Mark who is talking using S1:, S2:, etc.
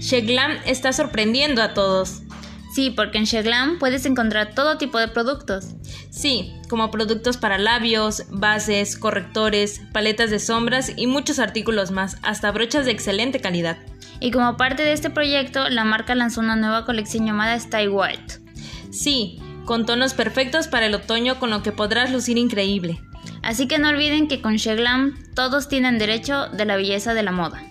S1: Sheglam está sorprendiendo a todos.
S2: Sí, porque en Sheglam puedes encontrar todo tipo de productos.
S1: Sí, como productos para labios, bases, correctores, paletas de sombras y muchos artículos más, hasta brochas de excelente calidad.
S2: Y como parte de este proyecto, la marca lanzó una nueva colección llamada Style White.
S1: Sí, con tonos perfectos para el otoño con lo que podrás lucir increíble.
S2: Así que no olviden que con Sheglam todos tienen derecho de la belleza de la moda.